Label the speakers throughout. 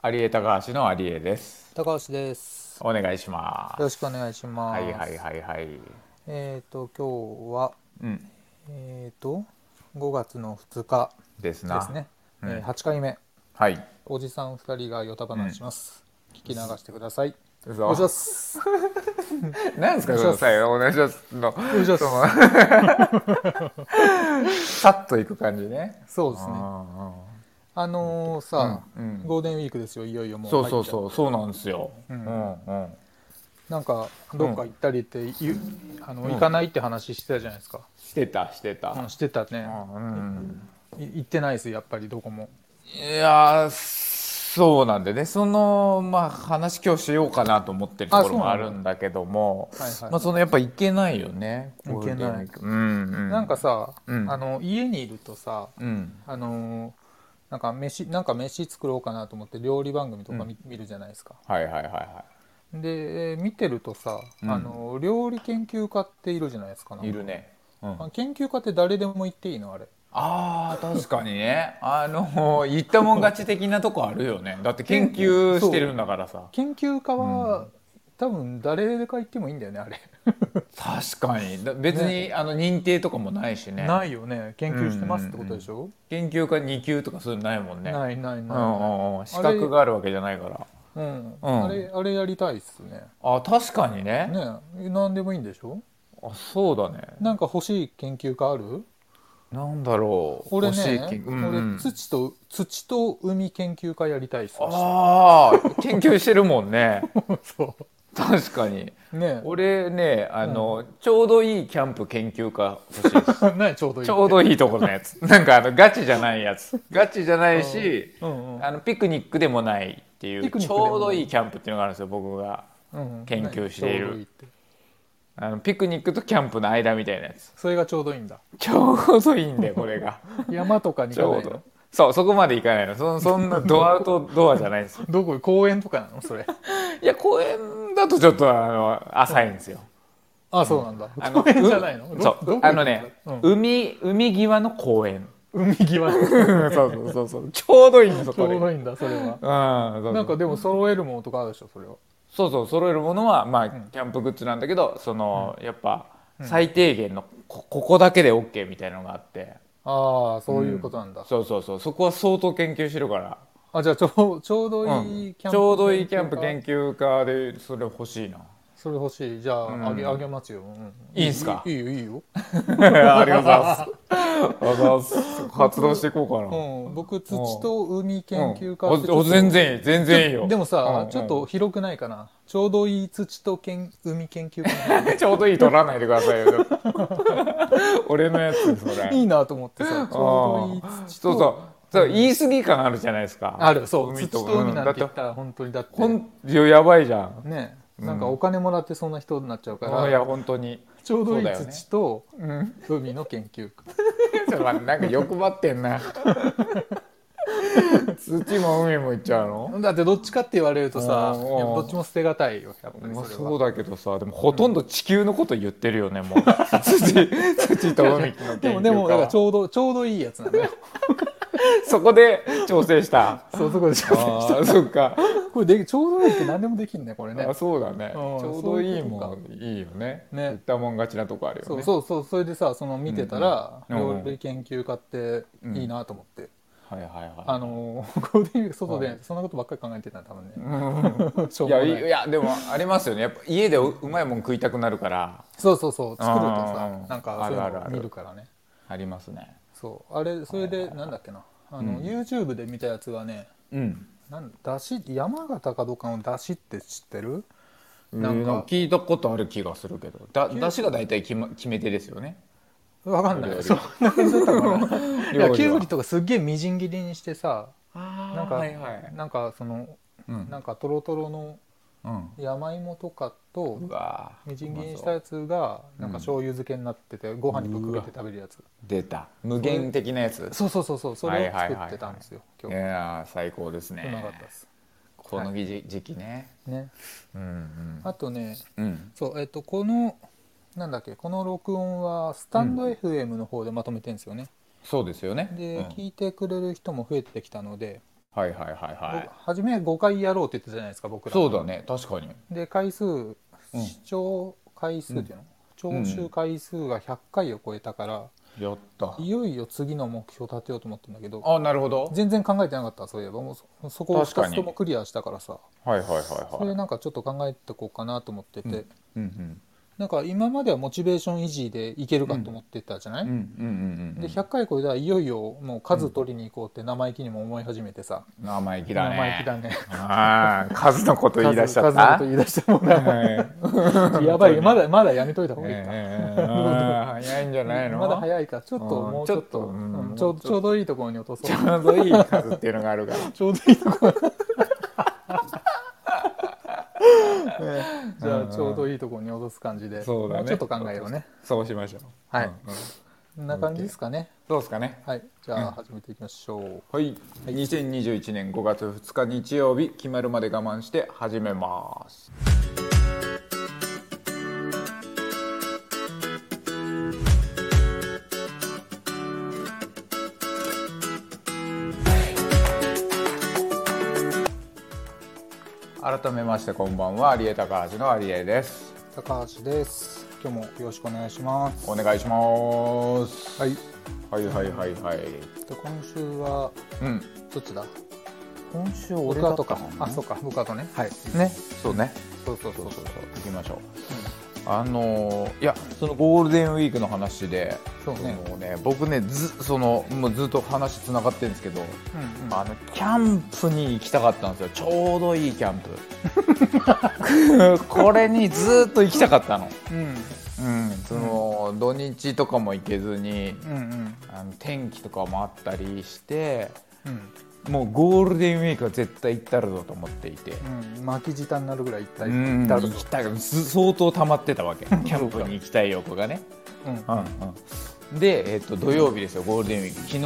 Speaker 1: アリエ高橋のアリエです。
Speaker 2: 高橋です。
Speaker 1: お願いしま
Speaker 2: よろ
Speaker 1: す。
Speaker 2: しくお願いします。
Speaker 1: はいはいはいはい。
Speaker 2: えっ、と今日は
Speaker 1: うん。
Speaker 2: えっ、と5月の2日
Speaker 1: ですな。
Speaker 2: ですね。
Speaker 1: うん
Speaker 2: えー8回目
Speaker 1: はい。
Speaker 2: おじさん2人がヨタ話します、聞き流してください。
Speaker 1: お
Speaker 2: お願いします。
Speaker 1: 何ですか、く
Speaker 2: お願
Speaker 1: だ
Speaker 2: いします
Speaker 1: さい。お願いします。の。
Speaker 2: お願いします
Speaker 1: さっといく感じね。
Speaker 2: そうですね。
Speaker 1: うんうん
Speaker 2: あのーさ、
Speaker 1: うんうん
Speaker 2: ゴールデンウィークですよ。いよいよもう
Speaker 1: そうそう
Speaker 2: う。
Speaker 1: そう、そうなんですよ。う
Speaker 2: うん
Speaker 1: んうん。
Speaker 2: なんかどっか行ったりって言う、あの行かないって話してたじゃないですか。
Speaker 1: してたして
Speaker 2: う
Speaker 1: た
Speaker 2: ん、。してたね
Speaker 1: う。んうん。
Speaker 2: い行ってないですよやっぱりどこも。
Speaker 1: いやーそうなんでねそのまあ話今日しようかなと思ってるところもあ
Speaker 2: あそうな
Speaker 1: る
Speaker 2: んだ
Speaker 1: んだけども
Speaker 2: はいはい
Speaker 1: まあそのやっぱ行けないよね
Speaker 2: 行
Speaker 1: ゴー
Speaker 2: けない
Speaker 1: ルデンウィークうんうん
Speaker 2: なんかさ、
Speaker 1: うん
Speaker 2: あの家にいるとさ、
Speaker 1: うん
Speaker 2: あのーなんか飯なんか飯作ろうかなと思って料理番組とか見,、見るじゃないですか
Speaker 1: はいはいはいは
Speaker 2: でえー見てるとさ、
Speaker 1: うん
Speaker 2: あのー料理研究家っているじゃないですかなんか
Speaker 1: いいるねうん
Speaker 2: あ研究家って誰でも言っていいのあれ
Speaker 1: あー確かにねあの言ったもん勝ち的なとこあるよねだって研究してるんだからさ
Speaker 2: 研究家は、多分誰が言ってもいいんだよねあれ、
Speaker 1: 確かにだ別にあの認定とかもないしね
Speaker 2: ないよね研究してますってことでしょ、
Speaker 1: 研究家2級とかそういうのないもんね
Speaker 2: ないない
Speaker 1: うん
Speaker 2: な
Speaker 1: うんうん資格があるわけじゃないから
Speaker 2: い、うん
Speaker 1: うん
Speaker 2: あれあれやりたいっすね
Speaker 1: あ確かにね
Speaker 2: ねえ何でもいいんでしょ
Speaker 1: あそうだね
Speaker 2: なんか欲しい研究家ある
Speaker 1: なんだろう
Speaker 2: 俺
Speaker 1: 欲しい
Speaker 2: ね
Speaker 1: 研、究うんうん
Speaker 2: 俺土と土と海研究家やりたいっす。
Speaker 1: ああ研究してるもん ね確かに
Speaker 2: ね
Speaker 1: 俺ねあの、ちょうどいいキャンプ研究家欲しいです
Speaker 2: え、ねちょうどいい。
Speaker 1: ちょうどいいところのや つなんかあのガチじゃないやつガチじゃないし、
Speaker 2: うんうん
Speaker 1: あのピクニックでもないっていう
Speaker 2: ピクニ
Speaker 1: ち
Speaker 2: ックでもない
Speaker 1: ょうどいいキャンプっていうのがあるんですよ僕が
Speaker 2: うんうん
Speaker 1: 研究している
Speaker 2: ねちょうどって
Speaker 1: あのピクニックとキャンプの間みたいなやつ
Speaker 2: それがちょうどいいんだ。
Speaker 1: ちょうどいいんだよこれが
Speaker 2: 山とかに
Speaker 1: ち
Speaker 2: 行か
Speaker 1: ょ
Speaker 2: な
Speaker 1: う
Speaker 2: いの
Speaker 1: どそうそこまで行かないのそそんなドアとドアじゃないですよ
Speaker 2: どこ公園とかなのそれ。
Speaker 1: いや公園だとちょっとあの浅いんですよ。
Speaker 2: あ、そうなんだ。
Speaker 1: あの
Speaker 2: 公園じゃないの。
Speaker 1: う
Speaker 2: ど
Speaker 1: そう
Speaker 2: どこ行くんだ
Speaker 1: あのね、
Speaker 2: うん
Speaker 1: 海海際の公園。
Speaker 2: 海 際。
Speaker 1: そうそうそうそうちょうどいいんですそ
Speaker 2: ち
Speaker 1: こで。う
Speaker 2: ょう
Speaker 1: ん
Speaker 2: どいいんだそれは。
Speaker 1: そう
Speaker 2: な
Speaker 1: そ
Speaker 2: んか
Speaker 1: う
Speaker 2: でも揃えるものとかあるでしょそれは。
Speaker 1: そうそう揃えるものはまあキャンプグッズなんだけどそのやっぱ最低限のこここだけで OK みたいなのがあって
Speaker 2: ああそういうことなんだ。
Speaker 1: そうそうそうそこは相当研究してるから
Speaker 2: あじゃあちょうちょうど
Speaker 1: う
Speaker 2: いい
Speaker 1: ん
Speaker 2: キャンプ、
Speaker 1: ちょうどいいキャンプ研究家でそれ欲しいな
Speaker 2: それ欲しいじゃあ、
Speaker 1: うん
Speaker 2: あげあげますよ、うん
Speaker 1: いいんすか
Speaker 2: いいよいいよ
Speaker 1: ありがとうございますありがとうございます活動していこうかな
Speaker 2: うん、僕土と海研究家
Speaker 1: うん
Speaker 2: ってち
Speaker 1: お
Speaker 2: ょ
Speaker 1: お
Speaker 2: っと
Speaker 1: 全然いい全然いいよ
Speaker 2: でも さ、
Speaker 1: うんうん
Speaker 2: ちょっと広くないかなちょうどいい土とけん海研究家
Speaker 1: ちょうどいい取らないでくださいよ 俺のやつそれ
Speaker 2: いいなと思ってさちょうどいい土
Speaker 1: そ
Speaker 2: と
Speaker 1: うそうそう言い過ぎ感あるじゃないですか
Speaker 2: あるそう
Speaker 1: 海と
Speaker 2: 土と
Speaker 1: か
Speaker 2: 海なんて
Speaker 1: う
Speaker 2: 言
Speaker 1: んだ
Speaker 2: っ
Speaker 1: って
Speaker 2: たら本当にだって
Speaker 1: ほんいややばいじゃん
Speaker 2: ねなんかお金もらってそんな人になっちゃうから、
Speaker 1: いや本当に
Speaker 2: ちょうどいい
Speaker 1: そうだよね
Speaker 2: 土と
Speaker 1: うん
Speaker 2: 海の研究家
Speaker 1: ちょっと待ってなんか欲張ってん な土も海も行っちゃうの
Speaker 2: だってどっちかって言われるとさ
Speaker 1: うん
Speaker 2: いやどっちも捨てがたいよやっぱり
Speaker 1: まあ、
Speaker 2: それは
Speaker 1: そうだけどさでもほとんど地球のこと言ってるよね、もう土 土と海の研究家は
Speaker 2: でもでもだからちょうどちょうどいいやつなんだよ
Speaker 1: そこで調整した
Speaker 2: そうそこでしょ
Speaker 1: ああそっか
Speaker 2: これでちょうどいいって何でもできんねこれね
Speaker 1: あそうだねち
Speaker 2: うん
Speaker 1: ょうどいい
Speaker 2: そ
Speaker 1: も
Speaker 2: うい
Speaker 1: んいいよね
Speaker 2: ね
Speaker 1: 言ったもん勝ちなとこあるよ
Speaker 2: そう
Speaker 1: ね
Speaker 2: そうそうそれでさその見てたら、
Speaker 1: うんうんうん
Speaker 2: 料理研究家っていいなと思って、
Speaker 1: はいはい
Speaker 2: あ
Speaker 1: は
Speaker 2: のーゴールデンウィーク外でそんなことばっかり考えてた多分ね、し
Speaker 1: い
Speaker 2: ょ
Speaker 1: うや
Speaker 2: も
Speaker 1: い
Speaker 2: ない
Speaker 1: いやでもありますよねやっぱ家でううまいもん食いたくなるから
Speaker 2: そうそうそう作ると
Speaker 1: うんうん
Speaker 2: さ
Speaker 1: うん
Speaker 2: なんかそうい
Speaker 1: あるあるあ
Speaker 2: うの
Speaker 1: る
Speaker 2: 見るからね
Speaker 1: ありますね
Speaker 2: そうあれそれでなんだっけなあの、
Speaker 1: うん
Speaker 2: YouTube で見たやつがね
Speaker 1: うん
Speaker 2: なんだし山形かどっかのだしって知ってる
Speaker 1: な
Speaker 2: なんんか
Speaker 1: か聞いたことある気がするけどだ出汁が大体決,、ま、決め手ですよね
Speaker 2: わかんな
Speaker 1: 料理
Speaker 2: いそうなんだったかない
Speaker 1: 料
Speaker 2: や
Speaker 1: 理は
Speaker 2: きゅうりとかすっげえみじん切りにしてさ
Speaker 1: な
Speaker 2: なんか、
Speaker 1: はいはい
Speaker 2: なんかその
Speaker 1: うん
Speaker 2: なんかとろとろの
Speaker 1: うん
Speaker 2: 山芋とかと
Speaker 1: うわー
Speaker 2: みじん切りにしたやつがなんか醤油漬けになっててご飯にぶっかけて食べるやつ
Speaker 1: 出た無限的なやつ
Speaker 2: そうそうそうそうそ
Speaker 1: はい
Speaker 2: れを
Speaker 1: はいはい
Speaker 2: 作
Speaker 1: はい
Speaker 2: ってたんですよ
Speaker 1: い
Speaker 2: 今日
Speaker 1: やー最高です
Speaker 2: うま
Speaker 1: ね
Speaker 2: かったです
Speaker 1: この時時期ね
Speaker 2: ね
Speaker 1: うん
Speaker 2: あとね
Speaker 1: うんうん
Speaker 2: そうえっとこのなんだっけこの録音はスタンド FM の方でまとめてるんですよね
Speaker 1: そうですよね
Speaker 2: で
Speaker 1: うん
Speaker 2: 聞いてくれる人も増えてきたので
Speaker 1: はいはいはいはい
Speaker 2: 僕初め5回やろうって言ってたじゃないですか僕ら
Speaker 1: そうだね確かに
Speaker 2: で回数視聴回数っていうの、
Speaker 1: ん
Speaker 2: 聴取回数が100回を超えたから、
Speaker 1: やった
Speaker 2: いよいよ次の目標立てようと思ったんだけど
Speaker 1: あなるほど
Speaker 2: 全然考えてなかったそういえばもうそそこを
Speaker 1: 確か
Speaker 2: 2
Speaker 1: に
Speaker 2: つともクリアしたからさ
Speaker 1: はいはいはい
Speaker 2: そ
Speaker 1: は
Speaker 2: れ
Speaker 1: い
Speaker 2: なんかちょっと考えてこうかなと思ってて、
Speaker 1: うん
Speaker 2: なんか今まではモチベーション維持でいけるかと思ってたじゃない、
Speaker 1: うんうんうんうんうん
Speaker 2: で100回超えたらいよいよもう数取りに行こうって生意気にも思い始めてさ、
Speaker 1: 生意気だね
Speaker 2: 生意気だね
Speaker 1: ああ数のこと 言い出しちゃっ
Speaker 2: 数数の
Speaker 1: た
Speaker 2: こと言い出したもんな
Speaker 1: はい
Speaker 2: やばいまだまだやめといた方がいいか、
Speaker 1: ええあー早いんじゃないの
Speaker 2: まだ早いかちょっと
Speaker 1: うん
Speaker 2: もうちょっと
Speaker 1: ちょっとうん
Speaker 2: うんちょちょうどいいところに落とそう
Speaker 1: ちょうどいい 数っていうのがあるから
Speaker 2: ちょうどいいと こ じゃあちょうどいいところに落とす感じで、
Speaker 1: そうだね
Speaker 2: もうちょっと考えようね
Speaker 1: そうしましょう
Speaker 2: はい
Speaker 1: うんうん
Speaker 2: こんな感じですかね
Speaker 1: どうですかね
Speaker 2: はいじゃあ始めていきましょう、
Speaker 1: はい、2021年5月2日日曜日決まるまで我慢して始めます改めましてこんばんは有江高橋の有江です
Speaker 2: 高橋です今日もよろしくお願いします
Speaker 1: お願いします
Speaker 2: はいで
Speaker 1: はいはいはいはい
Speaker 2: 今週は
Speaker 1: うん
Speaker 2: どっちだ
Speaker 1: 今週
Speaker 2: 部
Speaker 1: 俺
Speaker 2: 下とかあ
Speaker 1: あ
Speaker 2: そ
Speaker 1: そう
Speaker 2: か部下とねはい
Speaker 1: ねそうね
Speaker 2: そうそうそ
Speaker 1: そうう
Speaker 2: そ
Speaker 1: そううそう行きましょうあのーいやそのゴールデンウィークの話で
Speaker 2: そうね
Speaker 1: もうね僕ねずそのもうずっと話つながってるんですけど、
Speaker 2: うんうん
Speaker 1: あのキャンプに行きたかったんですよちょうどいいキャンプ これにずっと行きたかったの,、
Speaker 2: うん
Speaker 1: うんその土日とかも行けずに
Speaker 2: うんうん
Speaker 1: あの天気とかもあったりして
Speaker 2: うん
Speaker 1: もうゴールデンウィークは絶対行ったるぞと思っていて、
Speaker 2: うん巻き舌になるぐらい行った
Speaker 1: う
Speaker 2: り
Speaker 1: ん、
Speaker 2: 行ったり
Speaker 1: 行きたいす相当溜まってたわけキャンプに行きたい欲がね、
Speaker 2: うん
Speaker 1: うんうん、で、えっと土曜日ですよゴールデンウィーク昨日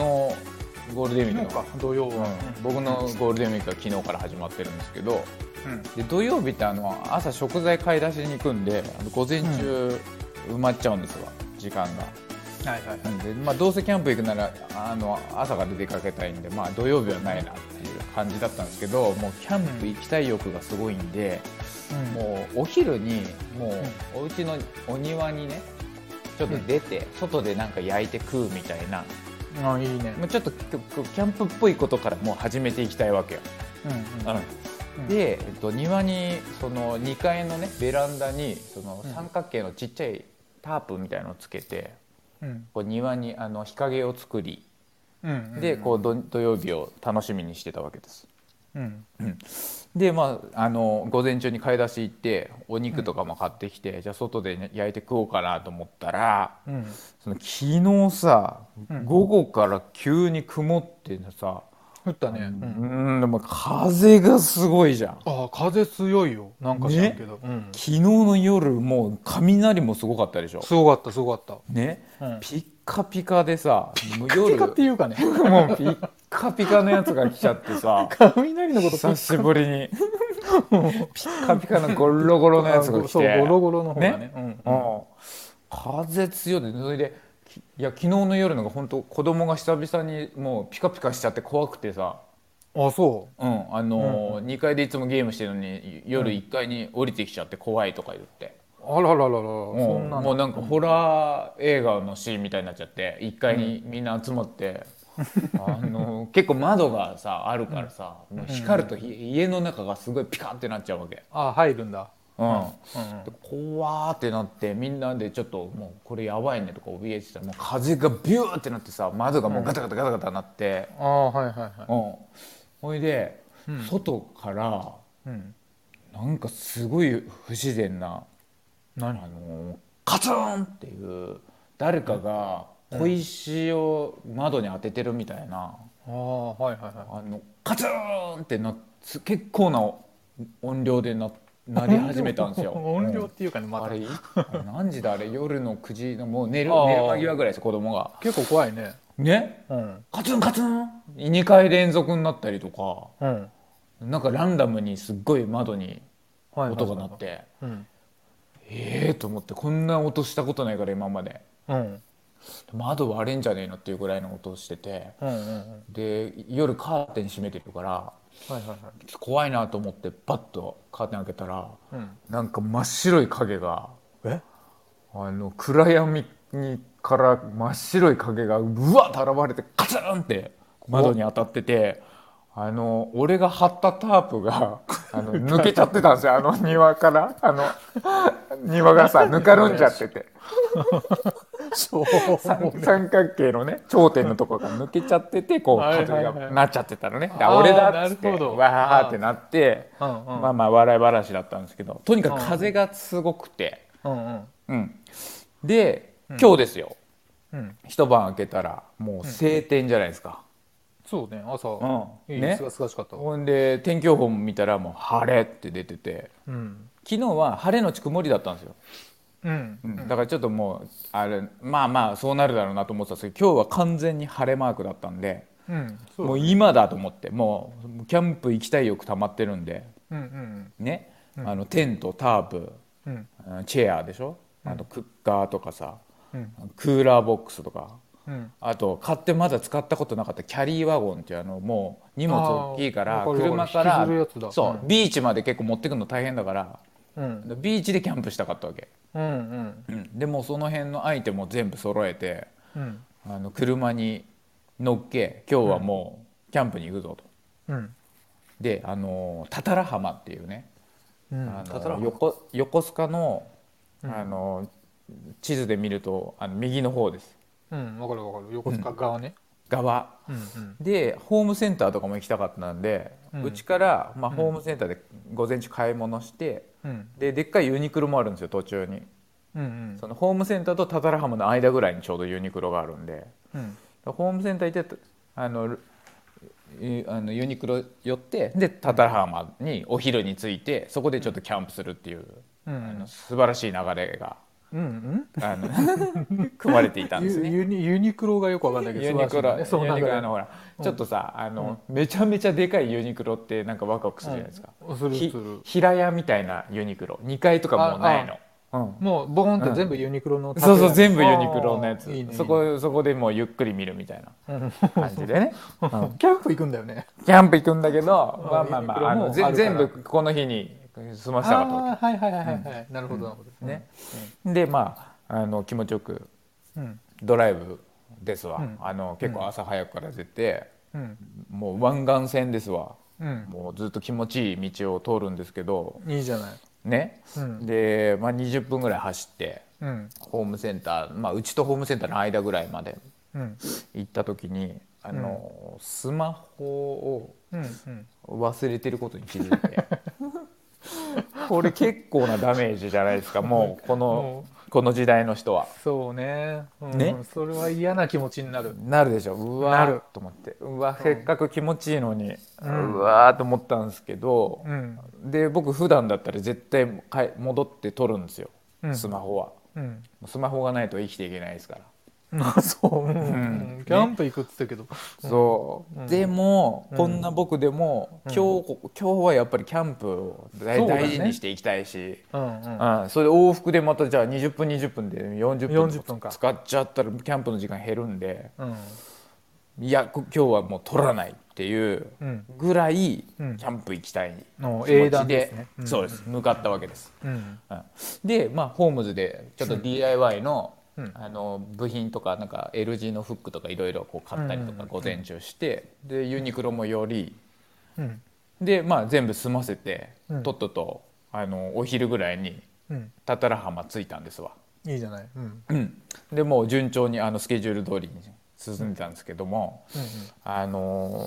Speaker 1: ゴールデンウィーク
Speaker 2: か
Speaker 1: が、
Speaker 2: 土曜は
Speaker 1: うん、僕のゴールデンウィークは昨日から始まってるんですけど
Speaker 2: うん
Speaker 1: で土曜日ってあの朝食材買い出しに行くんであの午前中埋まっちゃうんですわ時間が。
Speaker 2: はいはい
Speaker 1: なんで、まあ、どうせキャンプ行くならあの朝から出かけたいんで、まあ、土曜日はないなっていう感じだったんですけどもうキャンプ行きたい欲がすごいんで、
Speaker 2: も
Speaker 1: もうお昼にもうお家のお庭にねちょっと出て、外でなんか焼いて食うみたいな
Speaker 2: うんあいいね
Speaker 1: もうちょっときょきょキャンプっぽいことからもう始めていきたいわけよ。
Speaker 2: うんうんうん
Speaker 1: で、えっと、庭にその2階のねベランダにその
Speaker 2: うん
Speaker 1: 三角形のちっちゃいタープみたいのをつけて、
Speaker 2: うん
Speaker 1: こう庭にあの日陰を作り
Speaker 2: うんうん
Speaker 1: でこう土土曜日を楽しみにしてたわけです。
Speaker 2: うん
Speaker 1: でまあ、あの午前中に買い出し行ってお肉とかも買ってきて、じゃあ外で、ね、焼いて食おうかなと思ったら
Speaker 2: うん
Speaker 1: その昨日さ、
Speaker 2: うん
Speaker 1: 午後から急に曇ってさ、
Speaker 2: 降ったね
Speaker 1: う
Speaker 2: うん
Speaker 1: ん、でも風がすごいじゃん
Speaker 2: ああ風強いよなんか知らんけどうん
Speaker 1: 昨日の夜もう雷もすごかったでしょ
Speaker 2: すごかったすごかっ
Speaker 1: ね、
Speaker 2: たうん
Speaker 1: ピッカピカでさもう
Speaker 2: ピ
Speaker 1: 夜
Speaker 2: カっていうかね
Speaker 1: もうピッカピカのやつが来ちゃってさ
Speaker 2: 雷のこと
Speaker 1: 久しぶりにピッカピカのゴロゴロのやつが来て
Speaker 2: そうゴロゴロの方が
Speaker 1: ね
Speaker 2: ねうん
Speaker 1: うん、風強いでそれできいや昨日の夜のが本当子供が久々にもうピカピカしちゃって怖くてさ、
Speaker 2: あそ
Speaker 1: うんあのー2階でいつもゲームしてるのに夜1階に降りてきちゃって怖いとか言って、
Speaker 2: うあららららら
Speaker 1: うん
Speaker 2: そんな
Speaker 1: もう
Speaker 2: の
Speaker 1: なんかホラー映画のシーンみたいになっちゃって1階にみんな集まって。 あのー結構窓がさあるからさ、もう光るとひ家の中がすごいピカってなっちゃうわけ、
Speaker 2: あ入るんだ
Speaker 1: うん、
Speaker 2: うん
Speaker 1: で怖ーってなってみんなでちょっともうこれやばいねとか怯えてたらもう風がビューってなってさ窓がもうガタガタガタガタなって、
Speaker 2: ああはいはいは
Speaker 1: うんほいで、外から
Speaker 2: いうん
Speaker 1: なんかすごい不自然なあのーカツンっていう誰かが小石を窓に当ててるみたいな、
Speaker 2: ああはいはいはい
Speaker 1: あのカツンってなす結構な音量でな鳴り始めたんです よ。
Speaker 2: 音量っていうかねま
Speaker 1: あ
Speaker 2: た
Speaker 1: れ あれ何時だあれ夜の9時のもう寝る
Speaker 2: あー
Speaker 1: 寝る間際ぐらいです子供が
Speaker 2: 結構怖いね
Speaker 1: ね
Speaker 2: うん
Speaker 1: カツンカツン2回連続になったりとか
Speaker 2: うん
Speaker 1: なんかランダムにすっごい窓に音が鳴って、
Speaker 2: うん
Speaker 1: ええー、と思ってこんな音したことないから今まで
Speaker 2: うん
Speaker 1: 窓割れんじゃねえのっていうぐらいの音してて
Speaker 2: うんうんうん
Speaker 1: で夜カーテン閉めてるから
Speaker 2: はいはいは
Speaker 1: 怖いなと思ってバッとカーテン開けたら
Speaker 2: いうん
Speaker 1: なんか真っ白い影が
Speaker 2: え
Speaker 1: あの暗闇にから真っ白い影がうわっと現れてカツンって窓に当たっててあの俺が張ったタープ があの抜けちゃってたんですよあの庭からあの庭がさぬかるんじゃってて
Speaker 2: そう
Speaker 1: 三角形のね頂点のところが抜けちゃっててこう
Speaker 2: はいはい
Speaker 1: 風
Speaker 2: はい
Speaker 1: がなっちゃってたのね、で
Speaker 2: あー
Speaker 1: 俺だっつって
Speaker 2: なるほど
Speaker 1: わーってなって
Speaker 2: うんうん
Speaker 1: まあまあ笑い話だったんですけどとにかく風がすごくて。
Speaker 2: うんうん
Speaker 1: うん、で今日ですよ、
Speaker 2: うん
Speaker 1: 一晩開けたらもう晴天じゃないですか、
Speaker 2: そうね朝
Speaker 1: うん
Speaker 2: いい
Speaker 1: ね
Speaker 2: すがすがしかったわ
Speaker 1: ほんで天気予報も見たらもう晴れって出てて
Speaker 2: うん
Speaker 1: 昨日は晴れのち曇りだったんですよ、
Speaker 2: うん
Speaker 1: うんだからちょっともうあれまあまあそうなるだろうなと思ってたんですけど今日は完全に晴れマークだったんで
Speaker 2: うんそう
Speaker 1: もう今だと思ってもうもうキャンプ行きたい欲溜まってるんで
Speaker 2: うんうん
Speaker 1: ね、あのテントタープ
Speaker 2: うんうん
Speaker 1: うんチェアでしょあとクッカーとかさ、
Speaker 2: うん
Speaker 1: クーラーボックスとか
Speaker 2: うん
Speaker 1: あと買ってまだ使ったことなかったキャリーワゴンっていうあのもう荷物大きいか
Speaker 2: あ
Speaker 1: ら
Speaker 2: ーわかる
Speaker 1: 車
Speaker 2: わかる
Speaker 1: か
Speaker 2: 引きずるやつ
Speaker 1: ら
Speaker 2: だ
Speaker 1: そううビーチまで結構持ってくの大変だから
Speaker 2: うん
Speaker 1: ビーチでキャンプしたかったわけ、
Speaker 2: うんうん
Speaker 1: うん、でもうその辺のアイテムを全部揃えて
Speaker 2: うん
Speaker 1: あの車に乗っけ今日はもうキャンプに行くぞと。
Speaker 2: うん
Speaker 1: であの多々良浜っていうね
Speaker 2: うん
Speaker 1: あ
Speaker 2: たたら
Speaker 1: の横横須賀のあの地図で見るとあの右の方です
Speaker 2: うんわかるわかる横須賀側ね
Speaker 1: 側
Speaker 2: うんうん
Speaker 1: でホームセンターとかも行きたかったんで
Speaker 2: うん
Speaker 1: うち、から、まあ、ホームセンターで午前中買い物して、
Speaker 2: うん
Speaker 1: ででっかいユニクロもあるんですよ途中に
Speaker 2: うんうん
Speaker 1: そのホームセンターとタタラハムの間ぐらいにちょうどユニクロがあるんで
Speaker 2: うん
Speaker 1: ホームセンター行ってあのルえあのユニクロ寄ってでタタラハマにお昼に着いてそこでちょっとキャンプするっていう、
Speaker 2: う
Speaker 1: あの
Speaker 2: ん
Speaker 1: 素晴らしい流れが
Speaker 2: うん
Speaker 1: あの 組まれていたんです
Speaker 2: ユ
Speaker 1: ね。
Speaker 2: ユニユニクロがよくわかんないけど
Speaker 1: ユニクロ、ユニ
Speaker 2: 素晴らしい
Speaker 1: ク
Speaker 2: ね
Speaker 1: ロあのほら、ちょっとさあの、めちゃめちゃでかいユニクロってなんかワクワクするじゃないですか、
Speaker 2: うんする
Speaker 1: ひ
Speaker 2: する
Speaker 1: 平屋みたいなユニクロ2階とかもうないの、うん
Speaker 2: もうボーンって全部ユニクロの、
Speaker 1: そうそう全部ユニクロのやつ
Speaker 2: あーいいね
Speaker 1: そこそこでもうゆっくり見るみたい
Speaker 2: いいね
Speaker 1: な感じでね、うん
Speaker 2: キャンプ行くんだよね
Speaker 1: キャンプ行くんだけど
Speaker 2: ん
Speaker 1: まあまあまああの
Speaker 2: ユニクロも
Speaker 1: ぜ
Speaker 2: あるか
Speaker 1: 全部
Speaker 2: ら
Speaker 1: この日に済ませたかったわ
Speaker 2: ああーはいはいはいはいはい、なるほどなるほ
Speaker 1: け
Speaker 2: ど
Speaker 1: ね、でまああの気持ちよく
Speaker 2: うん
Speaker 1: ドライブですわ、
Speaker 2: うん
Speaker 1: あの結構朝早くから出て、
Speaker 2: うん
Speaker 1: もう湾岸線ですわ
Speaker 2: うん、
Speaker 1: もうずっと気持ちいい道を通るんですけど
Speaker 2: いいじゃない
Speaker 1: ね、
Speaker 2: うん
Speaker 1: で、まあ、20分ぐらい走って
Speaker 2: うん
Speaker 1: ホームセンター、まあ、うちとホームセンターの間ぐらいまで
Speaker 2: うん
Speaker 1: 行った時にあの、スマホ
Speaker 2: うんうん
Speaker 1: を忘れてることに気づいて これ結構なダメージじゃないですかもうこの
Speaker 2: も
Speaker 1: この時代の人は。
Speaker 2: そうね,、うん、
Speaker 1: ね
Speaker 2: それは嫌な気持ちになる
Speaker 1: なるでしょう
Speaker 2: な
Speaker 1: わー
Speaker 2: る
Speaker 1: と思ってうわせっかく気持ちいいのに、うんわーと思ったんですけど、
Speaker 2: うん
Speaker 1: で僕普段だったら絶対かえ戻って撮るんですよ、
Speaker 2: うん
Speaker 1: スマホは
Speaker 2: うん
Speaker 1: スマホがないと生きていけないですから、
Speaker 2: あ そう、うんうんキャンプ行くっつったけど、
Speaker 1: そうでも、こんな僕でも、
Speaker 2: うん
Speaker 1: 今日今日はやっぱりキャンプを大,、
Speaker 2: そうだね
Speaker 1: 大事にしていきたいし、
Speaker 2: うんうん、
Speaker 1: うん、それで往復でまたじゃあ20分20分で40
Speaker 2: 40分
Speaker 1: 分
Speaker 2: か
Speaker 1: 使っちゃったらキャンプの時間減るんで
Speaker 2: うん
Speaker 1: いやこ今日はもう撮らないっていう
Speaker 2: うん
Speaker 1: ぐらい、
Speaker 2: うん
Speaker 1: キャンプ行きたい
Speaker 2: の
Speaker 1: 気持
Speaker 2: 英
Speaker 1: ち
Speaker 2: 断
Speaker 1: で
Speaker 2: ですね、ん
Speaker 1: そうです向かったわけです。
Speaker 2: うん
Speaker 1: うんで、まあ、ホームズでちょっと DIY の,、
Speaker 2: うん
Speaker 1: あの部品とかなんか L 字のフックとかいろいろこう買ったりとか午前中して、でユニクロもより
Speaker 2: うん
Speaker 1: で、まあ、全部済ませて、
Speaker 2: うん
Speaker 1: とっととあのお昼ぐらいに
Speaker 2: うん
Speaker 1: 多々良浜着いたんですわ。
Speaker 2: いいじゃない、うん
Speaker 1: うんでもう順調にあのスケジュール通りに進んでたんですけども、あの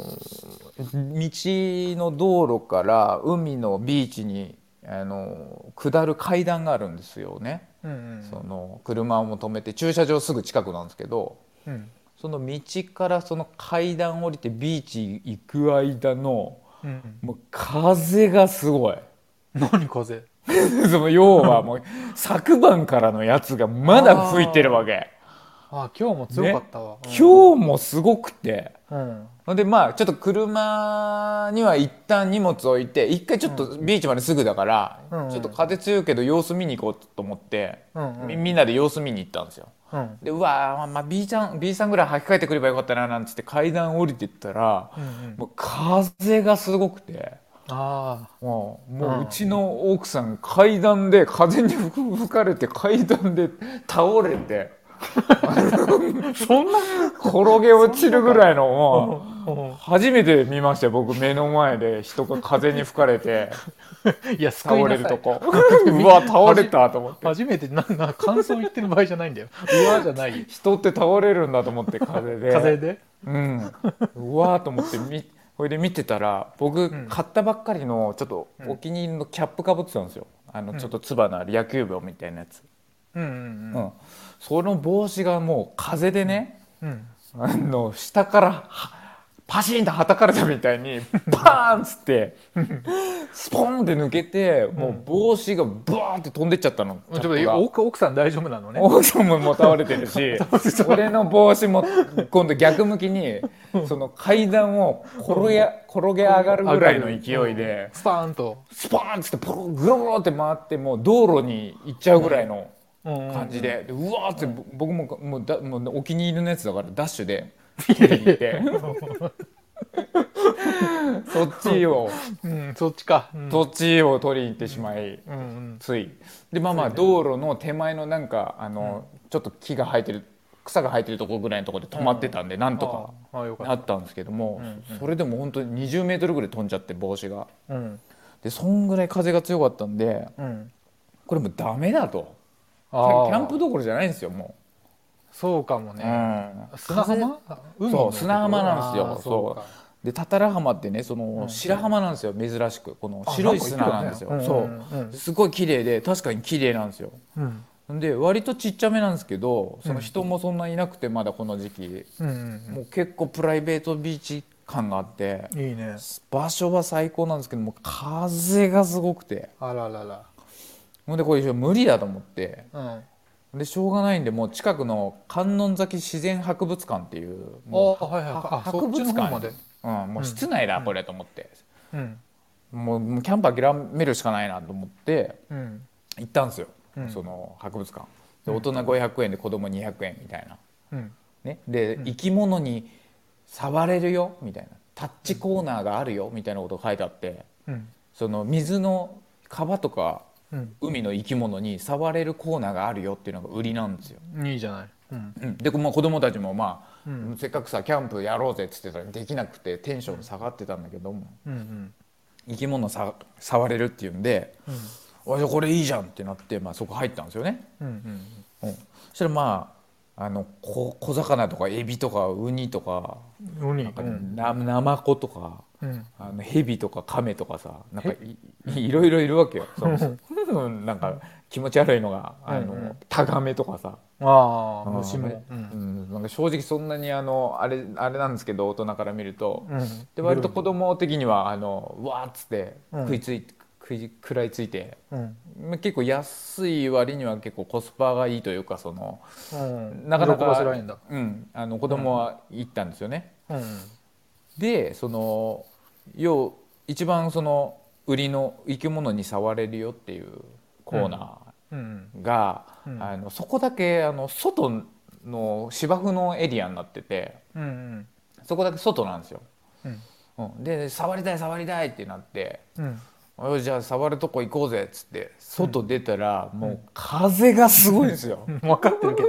Speaker 1: ー道の道路から海のビーチに、あのー下る階段があるんですよね、
Speaker 2: うんうん
Speaker 1: その車を止めて駐車場すぐ近くなんですけど
Speaker 2: うん
Speaker 1: その道からその階段降りてビーチ行く間の
Speaker 2: うん
Speaker 1: もう風がすごい
Speaker 2: 何風
Speaker 1: その要はもう昨晩からのやつがまだ吹いてるわけ
Speaker 2: あ今日も強かったわ、うん
Speaker 1: 今日もすごくて。
Speaker 2: うん
Speaker 1: ほんでまあちょっと車には一旦荷物置いて一回ちょっとビーチまですぐだから、
Speaker 2: うん
Speaker 1: ちょっと風強いけど様子見に行こうと思って、
Speaker 2: うんうん
Speaker 1: みみんなで様子見に行ったんですよ。
Speaker 2: うん
Speaker 1: でうわー、まあ、B ちゃん B さんぐらい履き替えてくればよかったななんつって階段降りてったら、
Speaker 2: うんうん
Speaker 1: もう風がすごくて。
Speaker 2: あ
Speaker 1: もうも
Speaker 2: う
Speaker 1: うんうちの奥さん階段で風に吹かれて階段で倒れて
Speaker 2: あそんな
Speaker 1: 転げ落ちるぐらいのもう
Speaker 2: う
Speaker 1: 初めて見ましたよ僕目の前で人が風に吹かれて
Speaker 2: んいや救
Speaker 1: 倒
Speaker 2: いなさ
Speaker 1: れ
Speaker 2: い
Speaker 1: るとこうわ倒れたと思って
Speaker 2: 初めてなんな感想言ってる場合じゃないんだようわじゃないよ
Speaker 1: 人って倒れるんだと思って風で
Speaker 2: 風で
Speaker 1: うん、うわーと思ってみほいで見てたら僕
Speaker 2: ん
Speaker 1: 買ったばっかりのちょっと
Speaker 2: うん
Speaker 1: お気に入りのキャップかぶってたんですよあのちょっとつばのある野球帽みたいなやつ。
Speaker 2: うんう
Speaker 1: うんん、その帽子がもう風でね、
Speaker 2: うんうん
Speaker 1: あの下からはパシンとはたかれたみたい にパーンっつってスポンって抜けてもう帽子がブワーって飛んでっちゃったの。
Speaker 2: ちょっ
Speaker 1: キャップが
Speaker 2: と奥奥さん大丈夫なのね
Speaker 1: 奥さんももう 倒れてるし俺の帽子も今度逆向きにその階段を転げ転げ上がるぐらいの勢いで
Speaker 2: スパーンと
Speaker 1: スポーンっつってポログログロって回ってもう道路に行っちゃうぐらいの。
Speaker 2: 感
Speaker 1: 感じで,、でうわーってぼ僕ももうだもうお気に入りのやつだからダッシュ で家に行って そっちを
Speaker 2: うんそっちかうん
Speaker 1: そっちを取りに行ってしまい、
Speaker 2: うんうん
Speaker 1: ついでまあまあ道路の手前のなんかあの、ちょっと木が生えてる草が生えてるとこぐらいのところで止まってたんで、なんとか。
Speaker 2: ああよか
Speaker 1: あ
Speaker 2: っ
Speaker 1: ったんですけども、それでも本当に20メートルぐらい飛んじゃって帽子が
Speaker 2: たうん
Speaker 1: でそんぐらい風が強かったんで
Speaker 2: うん
Speaker 1: これもうダメだとキ
Speaker 2: ああ
Speaker 1: ャンプどころじゃないんですよも
Speaker 2: そうかも
Speaker 1: う、
Speaker 2: ね
Speaker 1: うん
Speaker 2: 砂浜海の
Speaker 1: そう砂浜なんですよ
Speaker 2: ああそうか
Speaker 1: で多々良浜ってねその白浜なんですよ珍しくこの白い砂なんですよ
Speaker 2: あなんか言ってたねうん
Speaker 1: そうう
Speaker 2: うん
Speaker 1: んすごい綺麗で確かに綺麗なんですよ
Speaker 2: うん
Speaker 1: で割とちっちゃめなんですけどその人もそんないなくてまだこの時期
Speaker 2: うんうん
Speaker 1: もう結構プライベートビーチ感があって
Speaker 2: うんいいね
Speaker 1: 場所は最高なんですけどもう風がすごくて
Speaker 2: あららら
Speaker 1: ほんでこれ無理だと思って
Speaker 2: うん
Speaker 1: でしょうがないんでもう近くの観音崎自然博物館っていう
Speaker 2: あ
Speaker 1: も
Speaker 2: はいはい
Speaker 1: は
Speaker 2: あそっちの方まで
Speaker 1: う,、うん、もう室内だこれと思って。
Speaker 2: うん
Speaker 1: もうもうキャンプ諦めるしかないなと思って
Speaker 2: うん
Speaker 1: 行ったんですよ、
Speaker 2: うん
Speaker 1: その博物館で大人500円で子供200円みたいな、
Speaker 2: うん
Speaker 1: ね、で、生き物に触れるよみたいなタッチコーナーがあるよみたいなこと書いてあって
Speaker 2: うん
Speaker 1: その水の川とか
Speaker 2: うん
Speaker 1: 海の生き物に触れるコーナーがあるよっていうのが売りなんですよ、
Speaker 2: いいじゃないうん
Speaker 1: うん、で、まあ、子供たちもまあ、
Speaker 2: うん
Speaker 1: せっかくさキャンプやろうぜっつってたらできなくてテンション下がってたんだけども、
Speaker 2: うんうん
Speaker 1: 生き物さ触れるっていうんで、あじゃあこれいいじゃんってなって、まあ、そこ入ったんですよね。
Speaker 2: うんうん
Speaker 1: うん、そしたらまああの小小魚とかエビとかウニとか
Speaker 2: ウニ
Speaker 1: なんかなナマコとか
Speaker 2: うん
Speaker 1: あのヘビとかカメとかさなんかいいいろいろいるわけよ。そのうん なんか気持ち悪いのがあの、
Speaker 2: うんうん
Speaker 1: タガメとかさ、
Speaker 2: ああ
Speaker 1: うん
Speaker 2: 虫もう
Speaker 1: うんんなんか正直そんなにあのあれあれなんですけど大人から見ると。
Speaker 2: うん
Speaker 1: で割と子供的にはあのわーっつって
Speaker 2: うん
Speaker 1: 食いつい、食い食らいついて
Speaker 2: うん
Speaker 1: まあ結構安い割には結構コスパがいいというかその
Speaker 2: うん
Speaker 1: なかな
Speaker 2: 喜ば
Speaker 1: か
Speaker 2: せないんだ
Speaker 1: うん、あの子供は行ったんですよね。
Speaker 2: うん
Speaker 1: でその要一番その売りの生き物に触れるよっていうコーナ
Speaker 2: うん
Speaker 1: ーが、
Speaker 2: うん
Speaker 1: あのそこだけあの外の芝生のエリアになってて
Speaker 2: うんうん
Speaker 1: そこだけ外なんですよ。
Speaker 2: うん
Speaker 1: うん、で触りたい触りたいってなって
Speaker 2: うん
Speaker 1: おいじゃあ触るとこ行こうぜっつって外出たら、もう風がすごいんですよ、
Speaker 2: 分かってるけど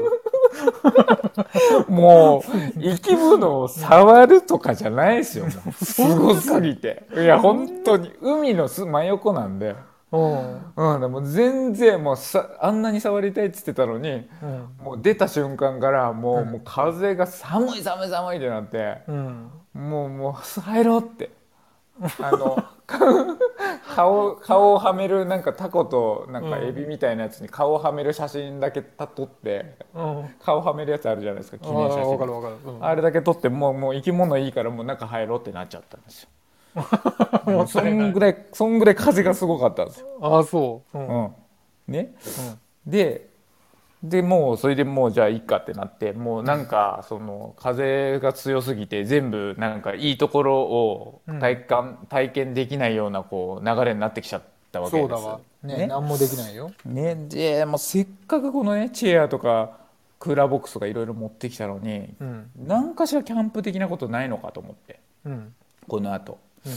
Speaker 1: もう生き物を触るとかじゃないです よもうすごすぎていや本当に海のす真横なんで、
Speaker 2: うん
Speaker 1: うん、でも全然もうさあんなに触りたいっつってたのに
Speaker 2: うん
Speaker 1: もう出た瞬間からもう,、もう風が寒い寒い寒いってなって
Speaker 2: うん
Speaker 1: もうもう入ろうってあの 顔顔をはめるなんかタコとなんかエビみたいなやつに顔をはめる写真だけた撮って
Speaker 2: うん
Speaker 1: 顔はめるやつあるじゃないですか記
Speaker 2: ああ
Speaker 1: 念写
Speaker 2: 分かる
Speaker 1: 真
Speaker 2: 分かるうん
Speaker 1: あれだけ撮ってもうもう生き物いいからもう中入ろうってなっちゃったんです よもうそんぐらいそんぐらい風がすごかったんですよ、
Speaker 2: ああそううん
Speaker 1: うん、ねででもうそれでもうじゃあいいかってなってもうなんかその風が強すぎて全部なんかいいところを体感、体験できないようなこう流れになってきちゃったわけで
Speaker 2: そう
Speaker 1: す
Speaker 2: だわね
Speaker 1: ね
Speaker 2: 何もできないよ
Speaker 1: ねでもうせっかくこのねチェアとかクーラーボックスとかいろいろ持ってきたのに
Speaker 2: うん
Speaker 1: 何かしらキャンプ的なことないのかと思って
Speaker 2: うん
Speaker 1: この後
Speaker 2: うん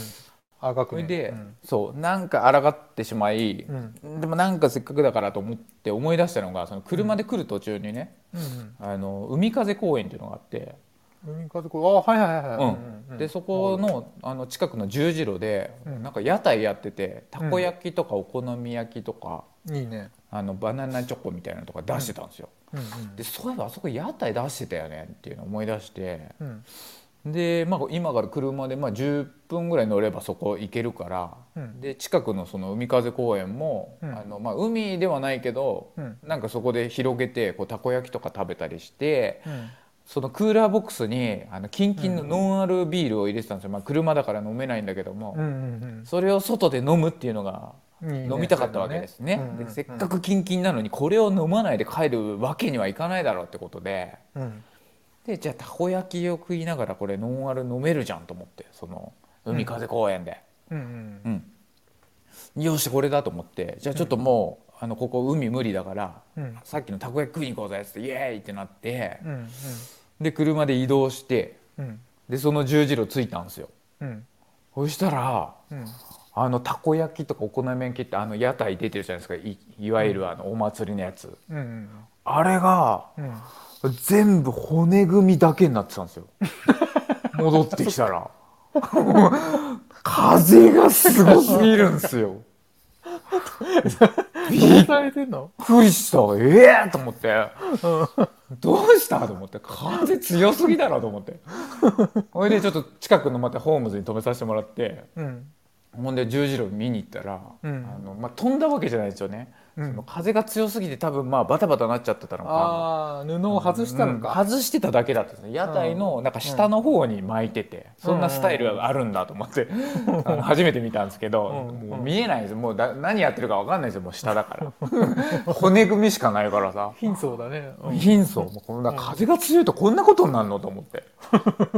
Speaker 2: あ学
Speaker 1: それ
Speaker 2: 年
Speaker 1: で、
Speaker 2: うん
Speaker 1: そうなんか抗ってしまい、
Speaker 2: うん
Speaker 1: でもなんかせっかくだからと思って思い出したのがその車で来る途中にね、
Speaker 2: うん
Speaker 1: あの海風公園っていうのがあって、
Speaker 2: うん海風こうあはいはいはいはい
Speaker 1: うんでそこのあの近くの十字路で、
Speaker 2: うん
Speaker 1: なんか屋台やっててたこ焼きとかお好み焼きとか、
Speaker 2: いいね
Speaker 1: あのバナナチョコみたいなのとか出してたんですよ。
Speaker 2: うん
Speaker 1: でそういえばあそこ屋台出してたよねっていうのを思い出して
Speaker 2: うんうん
Speaker 1: で、まあ、今から車でまあ10分ぐらい乗ればそこ行けるから、
Speaker 2: うん
Speaker 1: で近くのその海風公園も、
Speaker 2: うん
Speaker 1: あのまあ、海ではないけど、
Speaker 2: うん
Speaker 1: なんかそこで広げてこうたこ焼きとか食べたりして
Speaker 2: うん
Speaker 1: そのクーラーボックスにあのキンキンのノンアルビールを入れてたんですよ、まあ、車だから飲めないんだけども、
Speaker 2: うん
Speaker 1: それを外で飲むっていうのが
Speaker 2: うんうん
Speaker 1: 飲みたかったわけですね
Speaker 2: うんうんうん
Speaker 1: でせっかくキンキンなのにこれを飲まないで帰るわけにはいかないだろうってことで
Speaker 2: うん
Speaker 1: でじゃあたこ焼きを食いながらこれノンアル飲めるじゃんと思ってその海風公園で。
Speaker 2: うんうん
Speaker 1: うん、よしこれだと思ってじゃあちょっともう、あのここ海無理だから、
Speaker 2: うん
Speaker 1: さっきのたこ焼き食いに行こうぜっつってイエーイってなって
Speaker 2: う、ん
Speaker 1: で車で移動して
Speaker 2: うん
Speaker 1: でその十字路着いたんですよ
Speaker 2: うん
Speaker 1: そしたら
Speaker 2: うん
Speaker 1: あのたこ焼きとかお好み焼きってあの屋台出てるじゃないですかいいわゆるあのお祭りのやつ、
Speaker 2: うんうん
Speaker 1: あれが
Speaker 2: うん
Speaker 1: 全部骨組みだけになってたんですよ 戻ってきたら 風がすごすぎるんですよ
Speaker 2: 殺されてんの
Speaker 1: びっくりしたええと思ってどうしたと思って風強すぎだろと思って ほいでちょっと近くのまたホームズに止めさせてもらって
Speaker 2: うん
Speaker 1: ほんで十字路見に行ったら、
Speaker 2: うん
Speaker 1: あのまあ、飛んだわけじゃないですよね、
Speaker 2: うん
Speaker 1: その風が強すぎて多分まあバタバタなっちゃってたのか
Speaker 2: ああ布を外したの
Speaker 1: う
Speaker 2: か
Speaker 1: ん外してただけだったんですね屋台のなんか下の方に巻いてて、そんなスタイルがあるんだと思って、あの初めて見たんですけど、
Speaker 2: うん
Speaker 1: もう見えないんですもうだ何やってるかわかんないですよもう下だから 骨組みしかないからさ
Speaker 2: 貧相だねうん
Speaker 1: 貧相もこんな風が強いとこんなことになるのと思って、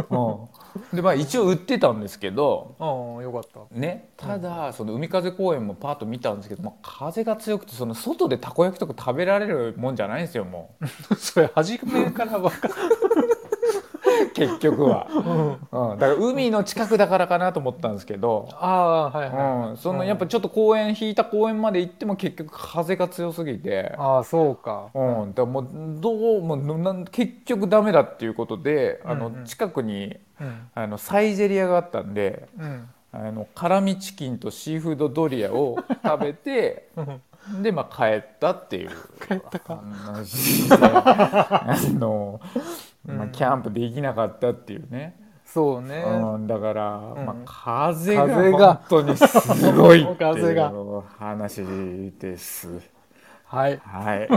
Speaker 1: うん、でまあ一応売ってたんですけど
Speaker 2: ああよかった
Speaker 1: ねただその海風公園もパッと見たんですけど、まあ、風が強くてその外でたこ焼きとか食べられるもんじゃないんですよもう
Speaker 2: それ初めからわかる
Speaker 1: 結局は、うん、だから海の近くだからかなと思ったんですけど、
Speaker 2: ああはいはい
Speaker 1: うん、そのやっぱちょっと公園引いた公園まで行っても結局風が強すぎて。
Speaker 2: ああそうか
Speaker 1: うん、だからもうどうもなん結局ダメだっていうことで、あ
Speaker 2: うんう
Speaker 1: の
Speaker 2: ん
Speaker 1: 近くに
Speaker 2: うん
Speaker 1: あのサイゼリアがあったんで
Speaker 2: うん
Speaker 1: あの辛味チキンとシーフードドリアを食べて で、まあ、帰ったっていう帰ったか話であの、まあ、キャンプできなかったっていうね、
Speaker 2: そうね
Speaker 1: うん、だから、まあ、風
Speaker 2: 風
Speaker 1: が
Speaker 2: が
Speaker 1: 本当にすごいって
Speaker 2: 風
Speaker 1: い
Speaker 2: が
Speaker 1: う話です。
Speaker 2: はい
Speaker 1: はい